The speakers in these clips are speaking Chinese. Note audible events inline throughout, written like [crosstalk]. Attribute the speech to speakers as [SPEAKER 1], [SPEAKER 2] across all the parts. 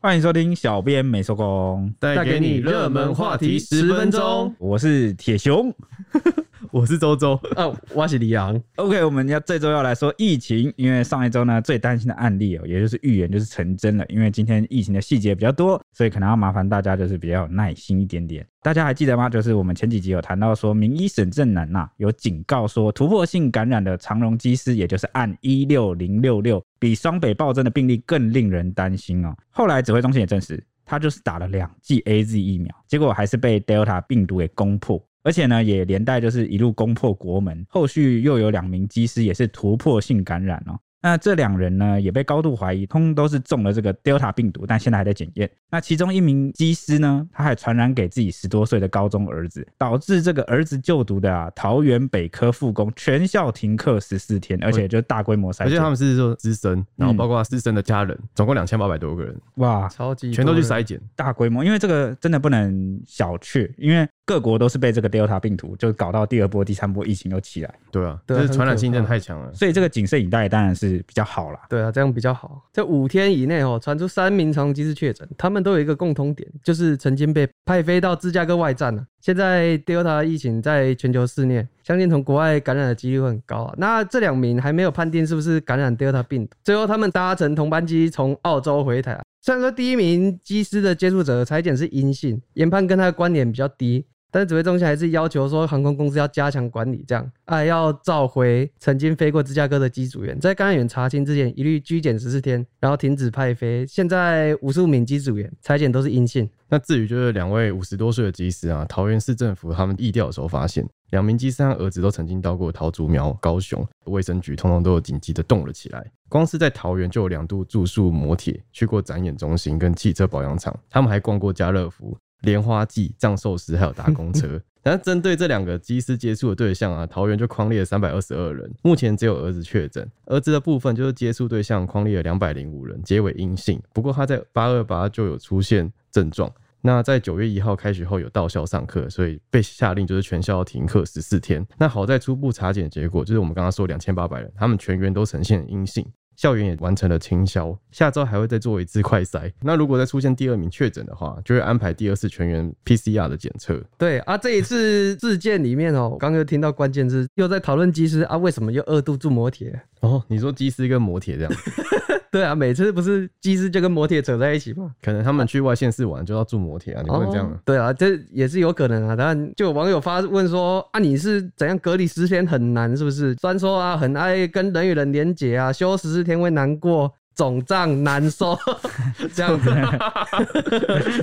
[SPEAKER 1] 欢迎收听小编没收工，
[SPEAKER 2] 带给你热门话题十分钟。
[SPEAKER 1] 我是铁熊。
[SPEAKER 2] 我是周周，啊，我是李昂。
[SPEAKER 1] OK，我们要这周要来说疫情，因为上一周呢最担心的案例哦，也就是预言就是成真了。因为今天疫情的细节比较多，所以可能要麻烦大家就是比较有耐心一点点。大家还记得吗？就是我们前几集有谈到说，名医沈正南呐、有警告说，突破性感染的长荣机师，也就是案一六零六六，比双北暴增的病例更令人担心哦。后来指挥中心也证实，他就是打了两剂 A Z 疫苗，结果还是被 Delta 病毒给攻破。而且呢，也连带就是一路攻破国门，后续又有两名机师也是突破性感染哦。那这两人呢，也被高度怀疑，通都是中了这个 Delta 病毒，但现在还在检验。那其中一名机师呢，他还传染给自己十多岁的高中儿子，导致这个儿子就读的啊桃园北科附工全校停课十四天，而且就大规模筛
[SPEAKER 2] 而且
[SPEAKER 1] 检
[SPEAKER 2] 他。们是说师生，然后包括师生的家人，总共两千八百多个人，
[SPEAKER 1] 哇，
[SPEAKER 3] 超级
[SPEAKER 2] 全都去
[SPEAKER 3] 多
[SPEAKER 2] 筛
[SPEAKER 3] 人
[SPEAKER 2] 检。
[SPEAKER 1] 大规模，因为这个真的不能小觑，因为各国都是被这个 Delta 病毒就搞到第二波、第三波疫情又起来，
[SPEAKER 2] 对啊，
[SPEAKER 3] 对
[SPEAKER 2] 这是
[SPEAKER 3] 很
[SPEAKER 2] 传染
[SPEAKER 3] 可
[SPEAKER 2] 性真的
[SPEAKER 3] 怕
[SPEAKER 2] 太强了。
[SPEAKER 1] 所以这个谨慎以待当然是比较好
[SPEAKER 3] [laughs]
[SPEAKER 1] 啦。
[SPEAKER 3] 对啊，这样比较好。这五天以内哦，传出三名长期是确诊，他们都有一个共通点，就是曾经被派飞到芝加哥外站了、啊现在 Delta 疫情在全球肆虐，相信从国外感染的几率会很高啊。那这两名还没有判定是不是感染 Delta 病毒，最后他们搭乘同班机从澳洲回台啊、虽然说第一名机师的接触者裁剪是阴性，研判跟他的关联比较低，但是指挥中心还是要求说航空公司要加强管理，这样啊要召回曾经飞过芝加哥的机组员，在感染源查清之前一律居检十四天，然后停止派飞。现在五十五名机组员裁剪都是阴性，
[SPEAKER 2] 那至于就是两位五十多岁的技师啊，桃园市政府他们疫调的时候发现，两名技师和儿子都曾经到过桃竹苗、高雄，卫生局通通都有紧急的动了起来。光是在桃园就有两度住宿摩铁，去过展演中心跟汽车保养厂，他们还逛过家乐福、莲花记、藏寿司，还有搭公车。然后针对这两个机师接触的对象啊，桃园就框列了三百二十二人，目前只有儿子确诊。儿子的部分就是接触对象框列了两百零五人，结尾阴性。不过他在八二八就有出现症状，那在九月一号开学后有到校上课，所以被下令就是全校停课十四天。那好在初步查检结果，就是我们刚刚说两千八百人，他们全员都呈现阴性，校园也完成了清消。下周还会再做一次快筛。那如果再出现第二名确诊的话，就会安排第二次全员 PCR 的检测。
[SPEAKER 3] 对啊，这一次事件里面哦，我刚刚又听到关键字，又在讨论机师啊，为什么又二度住摩铁？
[SPEAKER 2] 哦，你说机师跟摩铁这
[SPEAKER 3] [laughs]
[SPEAKER 2] 样，
[SPEAKER 3] 对啊，每次不是机师就跟摩铁扯在一起吗？
[SPEAKER 2] 可能他们去外县市玩就要住摩铁啊，你不能这样
[SPEAKER 3] 哦
[SPEAKER 2] 啊。
[SPEAKER 3] 对啊，这也是有可能啊。当然，就有网友发问说啊，你是怎样隔离十天很难是不是？虽然说啊，很爱跟人与人连结啊，休十四天会难过。肿胀难受， [laughs] 这样子，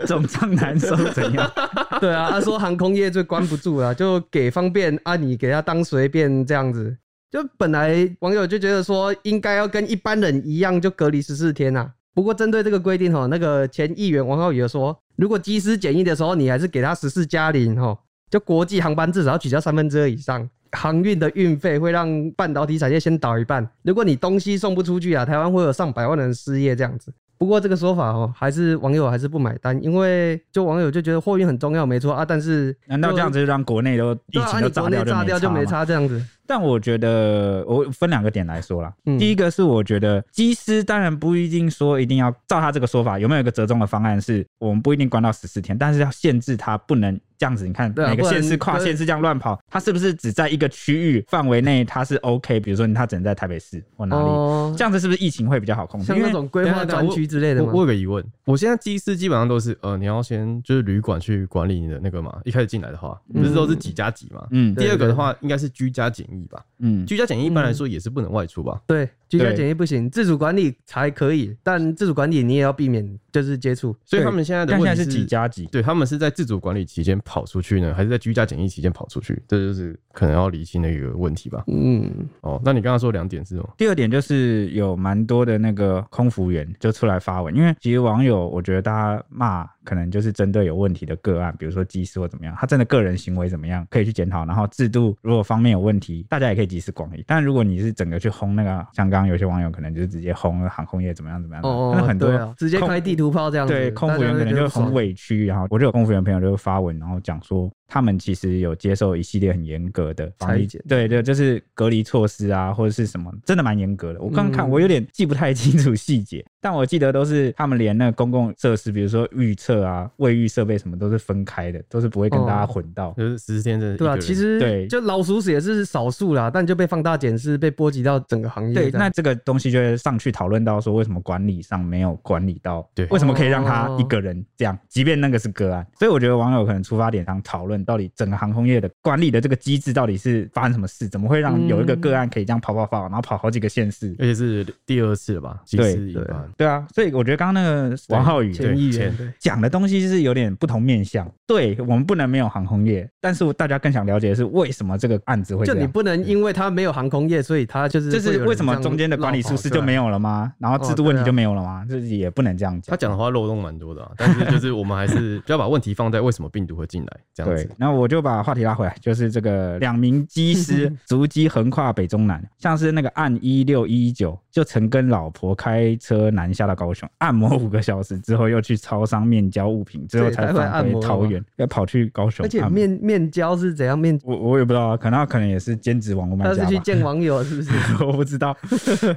[SPEAKER 1] 总账难收怎样？
[SPEAKER 3] [laughs] 对啊，他说航空业就关不住了，就给方便啊，你给他当随便这样子。就本来网友就觉得说，应该要跟一般人一样，就隔离十四天啊。不过针对这个规定哦，那个前议员王浩宇有说，如果机师检疫的时候，你还是给他十四加零哦，就国际航班至少要取消三分之二以上。航运的运费会让半导体产业先倒一半。如果你东西送不出去啊，台湾会有上百万人失业这样子。不过这个说法哦，还是网友还是不买单，因为就网友就觉得货运很重要，没错啊，但是
[SPEAKER 1] 难道这样
[SPEAKER 3] 子
[SPEAKER 1] 子就让国内都疫
[SPEAKER 3] 对啊，
[SPEAKER 1] 情
[SPEAKER 3] 啊
[SPEAKER 1] 都
[SPEAKER 3] 你
[SPEAKER 1] 炸
[SPEAKER 3] 国内
[SPEAKER 1] 掉
[SPEAKER 3] 炸掉就
[SPEAKER 1] 没
[SPEAKER 3] 没
[SPEAKER 1] 吗？
[SPEAKER 3] 差这样子，
[SPEAKER 1] 但我觉得，我分两个点来说啦。
[SPEAKER 3] 嗯
[SPEAKER 1] 第一个是我觉得机师当然不一定说一定要照他这个说法，有没有一个折中的方案是我们不一定关到十四天，但是要限制他不能这样子。你看
[SPEAKER 3] 对啊
[SPEAKER 1] 每个
[SPEAKER 3] 不然
[SPEAKER 1] 县市跨
[SPEAKER 3] 对
[SPEAKER 1] 县市这样乱跑，他是不是只在一个区域范围内他是 OK？比如说他只能在台北市或哪里，
[SPEAKER 3] 哦
[SPEAKER 1] 这，样子是不是疫情会比较好控制？
[SPEAKER 3] 像
[SPEAKER 1] 哦因
[SPEAKER 3] 那
[SPEAKER 1] 为
[SPEAKER 3] 种规划专区之类的
[SPEAKER 2] 我
[SPEAKER 3] 嘛
[SPEAKER 2] 我。有个疑问，我现在机师基本上都是呃，你要先就是旅馆去管理你的那个嘛，一开始进来的话，不是都是几加几嘛？
[SPEAKER 1] 嗯
[SPEAKER 3] 对
[SPEAKER 2] 第二个的话，应该是居家检疫吧？
[SPEAKER 1] 嗯，
[SPEAKER 2] 居家检疫一般来说也是不能外出吧？
[SPEAKER 3] 对，居家
[SPEAKER 1] 对
[SPEAKER 3] 检疫不行，自主管理才可以，但自主管理你也要避免就是接触。
[SPEAKER 2] 所以他们现在的
[SPEAKER 1] 但现
[SPEAKER 2] 问
[SPEAKER 1] 在
[SPEAKER 2] 题
[SPEAKER 1] 是几？加几？
[SPEAKER 2] 对他们是在自主管理期间跑出去呢，还是在居家检疫期间跑出去？这就是可能要理清的一个问题吧。
[SPEAKER 3] 嗯，
[SPEAKER 2] 哦，那你刚刚说两点是什么？
[SPEAKER 1] 第二点就是有蛮多的那个空服员就出来发文，因为其实网友我觉得大家骂可能就是针对有问题的个案，比如说机师或怎么样，他真的个人行为怎么样可以去检讨，然后制度如果方面有问题，大家也可以集思广益。但如果你是整个去轰那个，像刚刚有些网友可能就是直接轰航空业怎么样怎么样，
[SPEAKER 3] 哦
[SPEAKER 1] 那很多
[SPEAKER 3] 对啊，直接
[SPEAKER 1] 空
[SPEAKER 3] 开地图炮这样子。
[SPEAKER 1] 对，空服员可能就很委屈，然后我就有空服员朋友就发文，然后讲说，他们其实有接受一系列很严格的防疫
[SPEAKER 3] 裁剪，
[SPEAKER 1] 对对，就是隔离措施啊，或者是什么，真的蛮严格的。我刚看，
[SPEAKER 3] 嗯
[SPEAKER 1] 我有点记不太 [laughs] 清楚细节，但我记得都是他们连那个公共设施，比如说浴厕啊、卫浴设备什么，都是分开的，都是不会跟大家
[SPEAKER 3] 哦
[SPEAKER 1] 混到。
[SPEAKER 2] 就是十四天真的
[SPEAKER 3] 对
[SPEAKER 2] 一
[SPEAKER 3] 啊，
[SPEAKER 2] 个人
[SPEAKER 3] 其实
[SPEAKER 1] 对
[SPEAKER 3] 就老鼠屎也是少数啦，但就被放大检视，被波及到整个行业这
[SPEAKER 1] 对，
[SPEAKER 3] 样。
[SPEAKER 1] 那这个东西就会上去讨论到说，为什么管理上没有管理到？
[SPEAKER 2] 对
[SPEAKER 1] 为什么可以让他一个人这样？即便那个是个案，所以我觉得网友可能出发点上讨论到底整个航空业的管理的这个机制到底是发生什么事，怎么会让有一个个案可以这样跑跑跑，然后跑好几个县市？
[SPEAKER 2] 而且是第二次了吧？集
[SPEAKER 1] 对
[SPEAKER 2] 思一
[SPEAKER 3] 对
[SPEAKER 2] 般，
[SPEAKER 1] 对啊，所以我觉得刚刚那个王浩宇
[SPEAKER 2] 对
[SPEAKER 3] 前议
[SPEAKER 2] 前
[SPEAKER 3] 员对，
[SPEAKER 1] 讲的东西是有点不同面向。对我们不能没有航空业，但是大家更想了解的是为什么这个案子会
[SPEAKER 3] 就
[SPEAKER 1] 这
[SPEAKER 3] 你
[SPEAKER 1] 样。
[SPEAKER 3] 不能因为他没有航空业，所以他就是
[SPEAKER 1] 就
[SPEAKER 3] 会有
[SPEAKER 1] 是
[SPEAKER 3] 人
[SPEAKER 1] 为什么
[SPEAKER 3] 这样
[SPEAKER 1] 中间的管理
[SPEAKER 3] 绕
[SPEAKER 1] 疏
[SPEAKER 3] 跑
[SPEAKER 1] 失
[SPEAKER 3] 出来
[SPEAKER 1] 就没有了吗？然后制度
[SPEAKER 3] 哦
[SPEAKER 1] 问题
[SPEAKER 3] 对啊
[SPEAKER 1] 就没有了吗？这也不能这样讲
[SPEAKER 2] 他。讲的话漏洞蛮多的、啊，但是就是我们
[SPEAKER 1] [laughs]
[SPEAKER 2] 还是不要把问题放在为什么病毒会进来这样
[SPEAKER 1] 对
[SPEAKER 2] 子，。
[SPEAKER 1] 那我就把话题拉回来，就是这个两名机师
[SPEAKER 3] [laughs]
[SPEAKER 1] 足迹横跨北中南，像是那个按一六一九，就曾跟老婆开车南下到高雄，按摩五个小时之后，又去超商面交物品，之后
[SPEAKER 3] 对
[SPEAKER 1] 才
[SPEAKER 3] 来回
[SPEAKER 1] 返
[SPEAKER 3] 按
[SPEAKER 1] 回
[SPEAKER 3] 摩
[SPEAKER 1] 桃
[SPEAKER 3] 嘛
[SPEAKER 1] 园，要跑去高雄
[SPEAKER 3] 而且
[SPEAKER 1] 按摩
[SPEAKER 3] 面面交是怎样面？
[SPEAKER 1] 我我也不知道啊，可能他可能也是兼职网络卖
[SPEAKER 3] 他
[SPEAKER 1] 家
[SPEAKER 3] 是去
[SPEAKER 1] 吧
[SPEAKER 3] 见网友是不是？
[SPEAKER 1] 我不知道。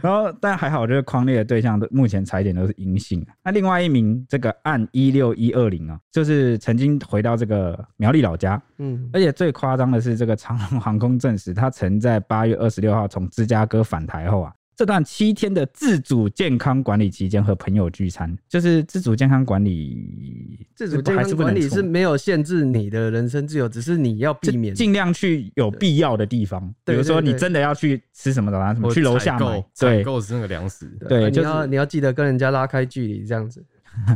[SPEAKER 1] 然后，但还好，这个框列的对象都目前踩点都是阴性。啊那另外一名这个案一六一二零啊，就是曾经回到这个苗栗老家，
[SPEAKER 3] 嗯，
[SPEAKER 1] 而且最夸张的是，这个长龙航空证实，他曾在八月二十六号从芝加哥返台后啊。这段七天的自主健康管理期间和朋友聚餐，就是自主健康管理，
[SPEAKER 3] 自主健康管理是没有限制你的人身自由，只是你要避免。
[SPEAKER 1] 尽量去有必要的地方，比
[SPEAKER 3] 对
[SPEAKER 1] 如说
[SPEAKER 3] 对对
[SPEAKER 1] 你真的要去吃什么早餐，什么
[SPEAKER 2] 或
[SPEAKER 1] 去楼
[SPEAKER 2] 采
[SPEAKER 1] 下买
[SPEAKER 2] 购，采
[SPEAKER 1] 对，
[SPEAKER 2] 购是那个粮食，
[SPEAKER 1] 对
[SPEAKER 3] 啊
[SPEAKER 1] 就
[SPEAKER 3] 你要你要记得跟人家拉开距离，
[SPEAKER 1] [laughs]
[SPEAKER 3] 这样子。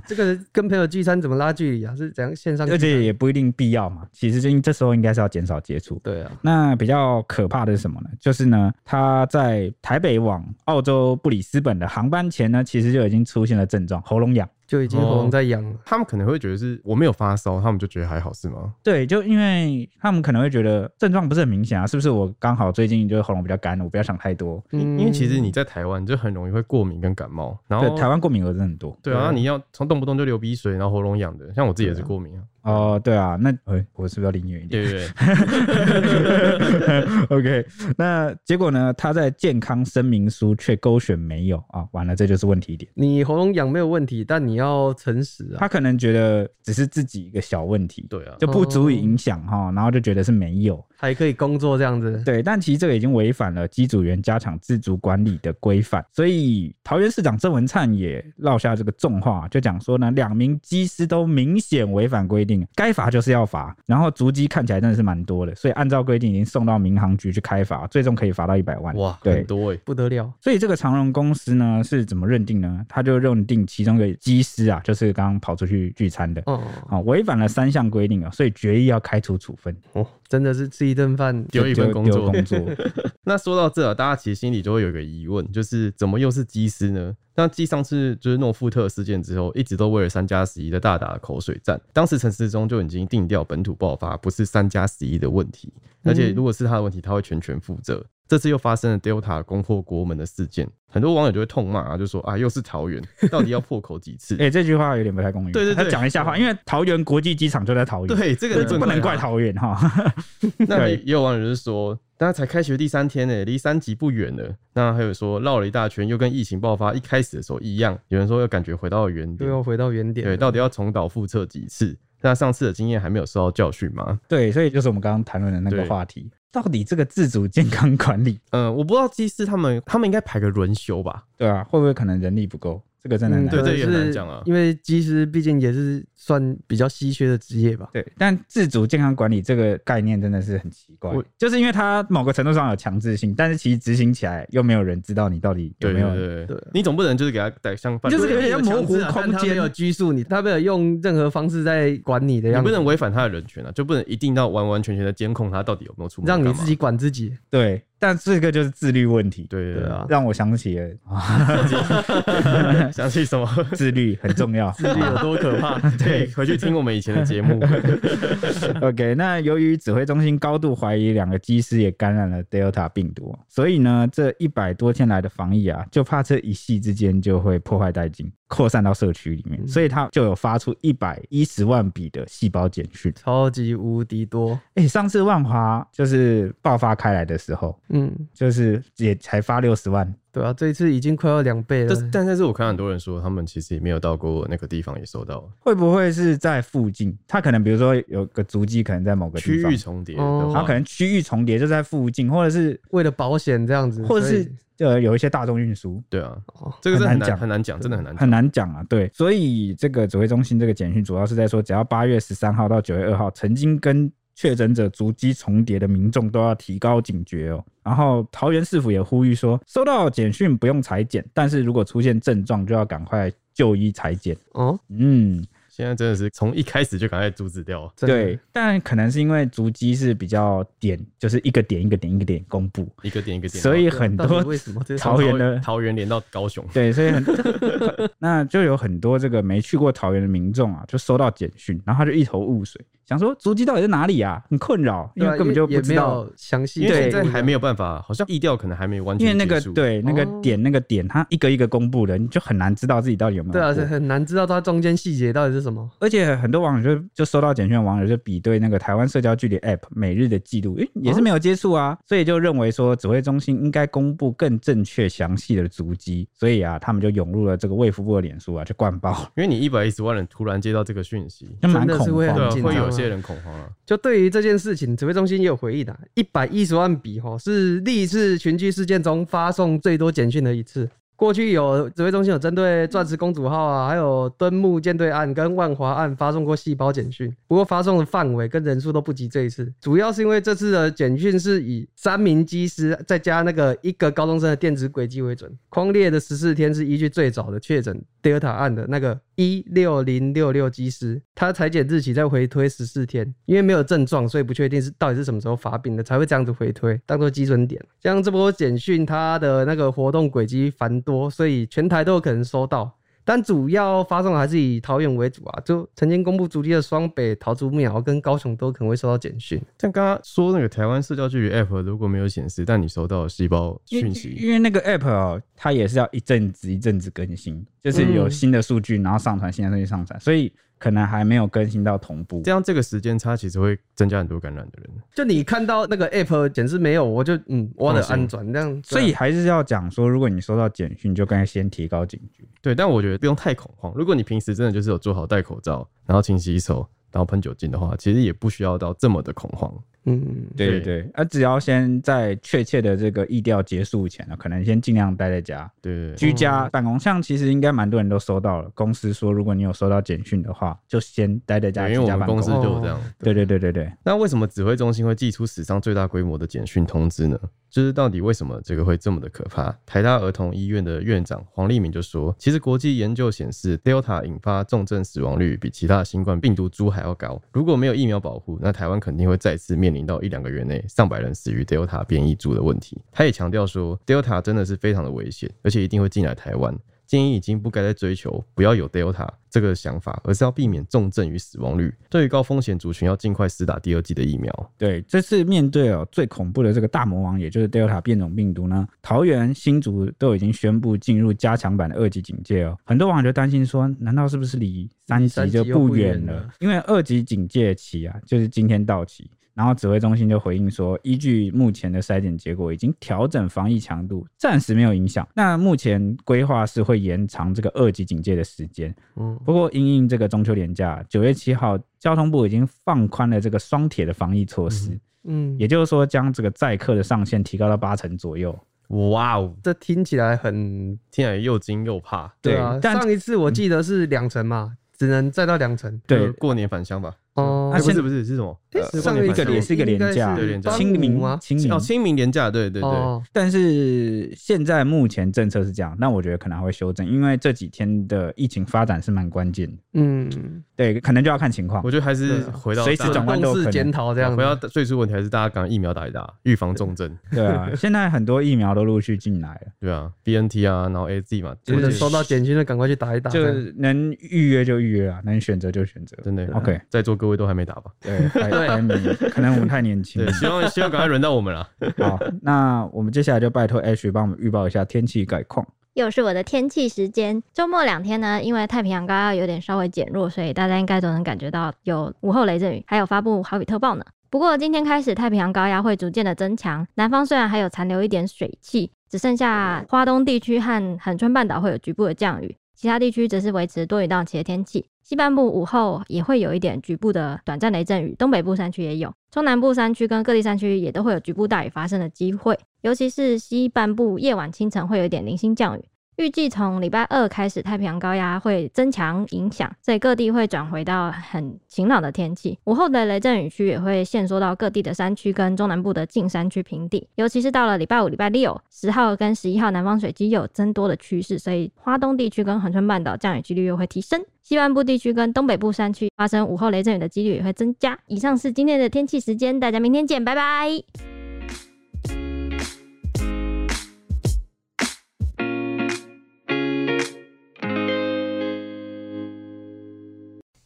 [SPEAKER 3] 这个跟朋友聚餐怎么拉距离啊？是怎样线上聚
[SPEAKER 1] 而
[SPEAKER 3] 餐？
[SPEAKER 1] 且也不一定必要嘛。其实这这时候应该是要减少接触。
[SPEAKER 3] 对啊，
[SPEAKER 1] 那比较可怕的是什么呢？就是呢，他在台北往澳洲布里斯本的航班前呢，其实就已经出现了症状，喉咙痒。
[SPEAKER 3] 就已经
[SPEAKER 1] 哦
[SPEAKER 3] 喉咙在痒了。
[SPEAKER 2] 他们可能会觉得是我没有发烧，他们就觉得还好是吗？
[SPEAKER 1] 对，就因为他们可能会觉得症状不是很明显啊，是不是我刚好最近就是喉咙比较干，我不要想太多。
[SPEAKER 2] 因因为其实
[SPEAKER 3] 嗯
[SPEAKER 2] 你在台湾就很容易会过敏跟感冒，然后
[SPEAKER 1] 对，台湾过敏儿真的很多。
[SPEAKER 2] 哦对啊，你要从动不动就流鼻水，然后喉咙痒的，像我自己也是过敏啊，
[SPEAKER 1] 哦、对啊，那、哎，我是不是要离远一点 [laughs]
[SPEAKER 2] 对？对啊对，
[SPEAKER 1] OK，那 [laughs] 结果呢？他在健康声明书却勾选没有啊，完了，这就是问题点。
[SPEAKER 3] 你喉咙痒没有问题，但你要诚实啊。
[SPEAKER 1] 他可能觉得只是自己一个小问题，
[SPEAKER 2] 对啊，哦
[SPEAKER 1] 就不足以影响哈，然后就觉得是没有。
[SPEAKER 3] 还可以工作这样子。
[SPEAKER 1] 对，但其实这个已经违反了机组员加强自主管理的规范，所以桃园市长郑文灿也落下这个重话，就讲说呢，两名机师都明显违反规定，该罚就是要罚，然后足迹看起来真的是蛮多的，所以按照规定已经送到民航局去开罚，最终可以罚到一百万。
[SPEAKER 2] 哇，
[SPEAKER 1] 对
[SPEAKER 2] 很，多哎、
[SPEAKER 3] 不得了，
[SPEAKER 1] 所以这个长荣公司呢是怎么认定呢？他就认定其中一个机师啊，就是刚刚跑出去聚餐的
[SPEAKER 3] 哦，
[SPEAKER 1] 啊，违反了三项规定啊，所以决议要开除处分，
[SPEAKER 3] 真的是吃一顿饭，
[SPEAKER 2] [laughs] 丢一份
[SPEAKER 1] 就
[SPEAKER 2] 工
[SPEAKER 1] 丢
[SPEAKER 2] 作
[SPEAKER 1] 工作。
[SPEAKER 2] [laughs] 那说到这啊，大家其实心里就会有一个疑问，就是怎么又是机师呢？那继上次就是诺富特事件之后，一直都为了三加十一在大打口水战。当时陈时中就已经定调本土爆发不是三加十一的问题，
[SPEAKER 1] 嗯
[SPEAKER 2] 而且如果是他的问题，他会全权负责。这次又发生了 Delta 攻破国门的事件，很多网友就会痛骂啊，就说啊，又是桃园，到底要破口几次？
[SPEAKER 1] [laughs] 哎、这句话有点不太公允。
[SPEAKER 2] 对对对
[SPEAKER 1] 他讲一下话，因为桃园国际机场就在桃园，
[SPEAKER 2] 对，这个
[SPEAKER 1] 不能怪
[SPEAKER 2] 他。
[SPEAKER 1] 桃园哈。 [laughs]
[SPEAKER 2] [laughs] 那
[SPEAKER 1] 对
[SPEAKER 2] 也也有网友就是说，大家才开学第三天呢、离三级不远了。那还有说绕了一大圈，又跟疫情爆发一开始的时候一样。有人说又感觉回到了原
[SPEAKER 3] 又
[SPEAKER 2] 点，
[SPEAKER 3] 要回到原点。
[SPEAKER 2] 对，到底要重蹈覆辙几次？那上次的经验还没有受到教训吗？
[SPEAKER 1] 对，所以就是我们刚刚谈论的那个
[SPEAKER 2] 对
[SPEAKER 1] 话题，到底这个自主健康管理，
[SPEAKER 2] 嗯，我不知道技师他们他们应该排个轮休吧？
[SPEAKER 1] 对啊，会不会可能人力不够？这个真的很
[SPEAKER 3] 嗯，
[SPEAKER 1] 难讲。
[SPEAKER 2] 对
[SPEAKER 3] 可能
[SPEAKER 2] 这也很难
[SPEAKER 3] 是
[SPEAKER 2] 讲啊
[SPEAKER 3] 因为技师毕竟也是算比较稀缺的职业吧。
[SPEAKER 1] 对，但自主健康管理这个概念真的是很奇怪
[SPEAKER 2] 我，
[SPEAKER 1] 就是因为它某个程度上有强制性，但是其实执行起来又没有人知道你到底有
[SPEAKER 2] 对
[SPEAKER 1] 没
[SPEAKER 2] 对
[SPEAKER 1] 有。
[SPEAKER 2] 对对
[SPEAKER 3] 对，
[SPEAKER 2] 你总不能就是给他带像犯
[SPEAKER 1] 就
[SPEAKER 2] 人，
[SPEAKER 1] 是有点像模糊空
[SPEAKER 3] 啊但他没
[SPEAKER 1] 间
[SPEAKER 3] 有拘束你，他没有用任何方式在管你的
[SPEAKER 2] 你
[SPEAKER 3] 样
[SPEAKER 2] 不
[SPEAKER 3] 子，
[SPEAKER 2] 能违反他的人权啊，就不能一定到完完全全的监控他到底有没有出门，
[SPEAKER 3] 让你自己。管自己。
[SPEAKER 1] 对但这个就是自律问题，
[SPEAKER 2] 对
[SPEAKER 3] 对啊，
[SPEAKER 1] 让我想起了啊，
[SPEAKER 2] 想起什么？ [laughs]
[SPEAKER 1] 自律很重要。
[SPEAKER 3] 自律有多可怕？
[SPEAKER 2] 对，回去听我们以前的节目。
[SPEAKER 1] OK，那由于指挥中心高度怀疑两个机师也感染了 Delta 病毒，所以呢，这一百多天来的防疫啊，就怕这一夕之间就会破坏殆尽。扩散到社区里面，
[SPEAKER 3] 嗯
[SPEAKER 1] 所以他就有发出一百一十万笔的细胞简讯。
[SPEAKER 3] 超级无敌多。
[SPEAKER 1] 哎、上次万华就是爆发开来的时候，
[SPEAKER 3] 嗯，
[SPEAKER 1] 就是也才发六十万，
[SPEAKER 3] 对啊，这一次已经快要两倍了
[SPEAKER 2] 但。是但但是我看很多人说，他们其实也没有到过那个地方，也收到
[SPEAKER 1] 会不会是在附近？他可能比如说有个足迹，可能在某个
[SPEAKER 2] 区
[SPEAKER 1] 地方，
[SPEAKER 2] 域重叠的
[SPEAKER 3] 哦
[SPEAKER 1] 然后
[SPEAKER 2] 话
[SPEAKER 1] 可，能区域重叠就在附近，或者是
[SPEAKER 3] 为了保险这样子，
[SPEAKER 1] 或者
[SPEAKER 3] 所以
[SPEAKER 1] 是呃有一些大众运输，
[SPEAKER 2] 对啊
[SPEAKER 3] 哦，
[SPEAKER 2] 这个是
[SPEAKER 1] 很
[SPEAKER 2] 很
[SPEAKER 1] 难讲
[SPEAKER 2] 难很难讲，真的很难讲。
[SPEAKER 1] 很难讲啊，对，所以这个指挥中心这个简讯主要是在说，只要八月十三号到九月二号曾经跟确诊者足迹重叠的民众都要提高警觉哦。然后桃园市府也呼吁说，收到简讯不用裁剪，但是如果出现症状就要赶快就医裁剪。
[SPEAKER 3] 哦，
[SPEAKER 1] 嗯，
[SPEAKER 2] 现在真的是从一开始就赶快阻止掉，
[SPEAKER 3] 真的啊
[SPEAKER 1] 对，但可能是因为足迹是比较点，就是一个点一个点一个点公布，
[SPEAKER 2] 一个点一个点，哦
[SPEAKER 1] 所以
[SPEAKER 3] 对啊
[SPEAKER 1] 很
[SPEAKER 3] 到
[SPEAKER 1] 多
[SPEAKER 3] 底为什么这
[SPEAKER 1] 桃园的
[SPEAKER 2] 桃园连到
[SPEAKER 1] [laughs]
[SPEAKER 2] 高雄，
[SPEAKER 1] 对，所以很那就有很多这个没去过桃园的民众啊，就收到简讯，然后他就一头雾水，想说足迹到底在哪里啊？很困扰，因
[SPEAKER 3] 对啊
[SPEAKER 1] 为根本就不
[SPEAKER 3] 也
[SPEAKER 1] 知道，
[SPEAKER 3] 也没有详细，
[SPEAKER 2] 因为现在
[SPEAKER 3] 对
[SPEAKER 2] 还没有办法，好像意调可能还没完
[SPEAKER 1] 因
[SPEAKER 2] 全
[SPEAKER 1] 为那个
[SPEAKER 2] 结束
[SPEAKER 1] 对那个
[SPEAKER 3] 哦
[SPEAKER 1] 点那个点，它一个一个公布的，你就很难知道自己到底有没有
[SPEAKER 3] 对啊，
[SPEAKER 1] 过
[SPEAKER 3] 是很难知道它中间细节到底是什么。
[SPEAKER 1] 而且很多网友就就收到简讯，网友就比对那个台湾社交距离 App 每日的记录，诶、也是
[SPEAKER 3] 哦
[SPEAKER 1] 没有接触啊，所以就认为说指挥中心应该公布更正确详细的足迹，所以啊，他们就涌入了这个卫福部的脸书啊，就灌爆，
[SPEAKER 2] 因为你一百一十万人突然接到这个讯息，
[SPEAKER 1] 就蛮
[SPEAKER 3] 真的
[SPEAKER 1] 恐
[SPEAKER 3] 是会
[SPEAKER 1] 慌的
[SPEAKER 2] 对
[SPEAKER 3] 很
[SPEAKER 2] 啊，。
[SPEAKER 3] 紧张
[SPEAKER 2] 会有
[SPEAKER 3] 啊
[SPEAKER 2] 些人恐慌啊。
[SPEAKER 3] 就对于这件事情，指挥中心也有回应的、啊一百一十万笔吼是历次群聚事件中发送最多简讯的一次。过去有指挥中心有针对钻石公主号啊，还有敦睦舰队案跟万华案发送过细胞简讯，不过发送的范围跟人数都不及这一次，主要是因为这次的简讯是以三名机师再加那个一个高中生的电子轨迹为准，框列的十四天是依据最早的确诊 Delta 案的那个一六零六六机师，他裁剪日期再回推十四天，因为没有症状，所以不确定是到底是什么时候发病的，才会这样子回推，当做基准点。像这波简讯，它的那个活动轨迹繁多，所以全台都有可能收到。但主要发送还是以桃园为主啊，就曾经公布足迹的双北、桃竹苗跟高雄都可能会收到简讯。
[SPEAKER 2] 但刚刚说那个台湾社交距离 App 如果没有显示，但你收到细胞
[SPEAKER 1] 因为
[SPEAKER 2] 讯息，
[SPEAKER 1] 因为那个 app 哦，它也是要一阵子一阵子更新，就是有
[SPEAKER 3] 嗯
[SPEAKER 1] 新的数据，然后上传新的东西上传，所以可能还没有更新到同步
[SPEAKER 2] 这。样啊这个时间差其实会增加很多感染的人。
[SPEAKER 3] 就你看到那个 app 简直没有，我就嗯，我的
[SPEAKER 2] 放心
[SPEAKER 3] 安转这样。啊
[SPEAKER 1] 所以还是要讲说，如果你收到简讯，就该先提高警觉。
[SPEAKER 2] 对，但我觉得不用太恐慌。如果你平时真的就是有做好戴口罩，然后勤洗手，然后喷酒精的话，其实也不需要到这么的恐慌。
[SPEAKER 3] 嗯，
[SPEAKER 1] 对对
[SPEAKER 2] 对
[SPEAKER 1] 对，啊，只要先在确切的这个意调结束前哦呢，可能先尽量待在家，
[SPEAKER 2] 对对对，
[SPEAKER 1] 居家办公。像其实应该蛮多人都收到了，公司说如果你有收到简讯的话，就先待在家，
[SPEAKER 2] 因为
[SPEAKER 1] 居
[SPEAKER 2] 我
[SPEAKER 1] 家
[SPEAKER 2] 们
[SPEAKER 1] 办
[SPEAKER 2] 公司
[SPEAKER 1] 公。哦
[SPEAKER 2] 就有这样。
[SPEAKER 1] 对对对对对，
[SPEAKER 2] 那为什么指挥中心会寄出史上最大规模的简讯通知呢？就是到底为什么这个会这么的可怕？台大儿童医院的院长黄立明就说，其实国际研究显示，Delta 引发重症死亡率比其他新冠病毒株还要高。如果没有疫苗保护，那台湾肯定会再次面临到一两个月内上百人死于 Delta 变异株的问题。他也强调说，Delta 真的是非常的危险，而且一定会进来台湾。建议已经不该再追求不要有 Delta 这个想法，而是要避免重症与死亡率。对于高风险族群，要尽快施打第二剂的疫苗。
[SPEAKER 1] 对，这次面对哦最恐怖的这个大魔王，也就是 Delta 变种病毒呢，桃园、新竹都已经宣布进入加强版的二级警戒哦。很多网友就担心说，难道是不是离三级
[SPEAKER 3] 三级
[SPEAKER 1] 就
[SPEAKER 3] 又
[SPEAKER 1] 不
[SPEAKER 3] 不
[SPEAKER 1] 远
[SPEAKER 3] 远
[SPEAKER 1] 了？
[SPEAKER 3] 了
[SPEAKER 1] 因为二级警戒期啊，就是今天到期。然后指挥中心就回应说，依据目前的筛检结果，已经调整防疫强度，暂时没有影响。那目前规划是会延长这个二级警戒的时间，
[SPEAKER 3] 嗯，
[SPEAKER 1] 不过，因应这个中秋连假，九月七号，交通部已经放宽了这个双铁的防疫措施，
[SPEAKER 3] 嗯，
[SPEAKER 1] 也就是说，将这个载客的上限提高到八成左右。
[SPEAKER 2] 哇哦，
[SPEAKER 3] 这听起来很
[SPEAKER 2] 听起来又惊又怕。
[SPEAKER 1] 对
[SPEAKER 3] 啊。
[SPEAKER 1] 但
[SPEAKER 3] 上一次我记得是两层嘛，只能再到两层。
[SPEAKER 1] 对
[SPEAKER 2] 就过年返乡吧？
[SPEAKER 3] 哦
[SPEAKER 1] 那
[SPEAKER 2] 哎，
[SPEAKER 1] 现
[SPEAKER 2] 不是不是是什么？
[SPEAKER 3] 诶
[SPEAKER 2] 呃
[SPEAKER 3] 上
[SPEAKER 2] 过
[SPEAKER 1] 一
[SPEAKER 2] 年
[SPEAKER 1] 个
[SPEAKER 2] 返乡
[SPEAKER 1] 也是一个廉价
[SPEAKER 3] 应
[SPEAKER 2] 对
[SPEAKER 3] 该是
[SPEAKER 2] 廉价
[SPEAKER 3] 端午
[SPEAKER 1] 清明
[SPEAKER 3] 吗？
[SPEAKER 1] 清明
[SPEAKER 2] 哦，，清明廉假，对对对，
[SPEAKER 3] 哦，
[SPEAKER 1] 但是现在目前政策是这样，那我觉得可能还会修正，因为这几天的疫情发展是蛮关键的，
[SPEAKER 3] 嗯，
[SPEAKER 1] 对，可能就要看情况
[SPEAKER 2] 我。觉得还是
[SPEAKER 3] 对啊
[SPEAKER 2] 回到
[SPEAKER 1] 随时
[SPEAKER 2] 大啊
[SPEAKER 1] 转弯都有
[SPEAKER 3] 共
[SPEAKER 1] 可能
[SPEAKER 3] 事检讨这
[SPEAKER 1] 哦
[SPEAKER 3] 样子。
[SPEAKER 2] 回到最初问题，还是大家赶快疫苗打一打，预防重症。
[SPEAKER 1] 对啊，现在很多疫苗都陆续进来了，
[SPEAKER 2] 对啊，B N T 啊，然后 A Z 嘛，
[SPEAKER 1] 就
[SPEAKER 3] 或
[SPEAKER 1] 是
[SPEAKER 3] 者
[SPEAKER 2] 对
[SPEAKER 3] 收到简讯就赶快去打一打。
[SPEAKER 1] 就
[SPEAKER 3] 这样
[SPEAKER 1] 能预约就预约啊，能选择就选择。
[SPEAKER 2] 真的
[SPEAKER 1] OK
[SPEAKER 2] 在座各位都还没打吧？
[SPEAKER 1] 对，还还没有，可能我们太年轻
[SPEAKER 2] 对
[SPEAKER 1] 了，。
[SPEAKER 2] 希望希望赶快轮到我们了。
[SPEAKER 1] 好，那我们接下来就拜托 H 帮我们预报一下天气概况。
[SPEAKER 4] 又是我的天气时间。周末两天呢，因为太平洋高压有点稍微减弱，所以大家应该都能感觉到有午后雷阵雨，还有发布豪雨特报呢。不过今天开始，太平洋高压会逐渐的增强，南方虽然还有残留一点水汽，只剩下花东地区和恒春半岛会有局部的降雨，其他地区则是维持多云到晴的天气。西半部午后也会有一点局部的短暂雷阵雨，东北部山区也有，中南部山区跟各地山区也都会有局部大雨发生的机会，尤其是西半部夜晚清晨会有一点零星降雨。预计从礼拜二开始，太平洋高压会增强影响，所以各地会转回到很晴朗的天气。午后的雷阵雨区也会限缩到各地的山区跟中南部的近山区平地，尤其是到了礼拜五、礼拜六，十号跟十一号南方水机有增多的趋势，所以花东地区跟恒春半岛降雨几率又会提升。西半部地区跟东北部山区发生午后雷阵雨的几率也会增加。以上是今天的天气时间，大家明天见，拜拜。